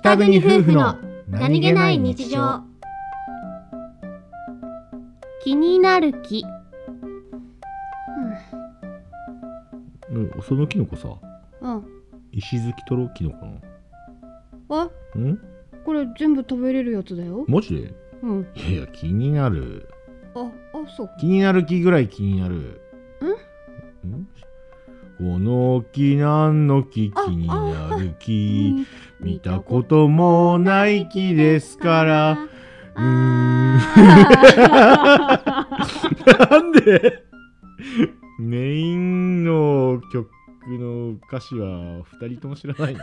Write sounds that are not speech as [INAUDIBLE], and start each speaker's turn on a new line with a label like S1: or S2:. S1: 北国夫婦の何気ない日常気になる木
S2: うんそのキノコさ
S1: うん、うん、
S2: 石突きとろキノコの
S1: あ
S2: うん
S1: これ全部食べれるやつだよ
S2: マジで
S1: うん
S2: いやいや気になる
S1: ああそう
S2: 気になる木ぐらい気になるんこの木なんの木気
S1: あ
S2: になる
S1: う
S2: 木
S1: ん
S2: 見たこともない木ですからうーん
S1: [LAUGHS]
S2: なんでメインの曲の歌詞は2人とも知らないの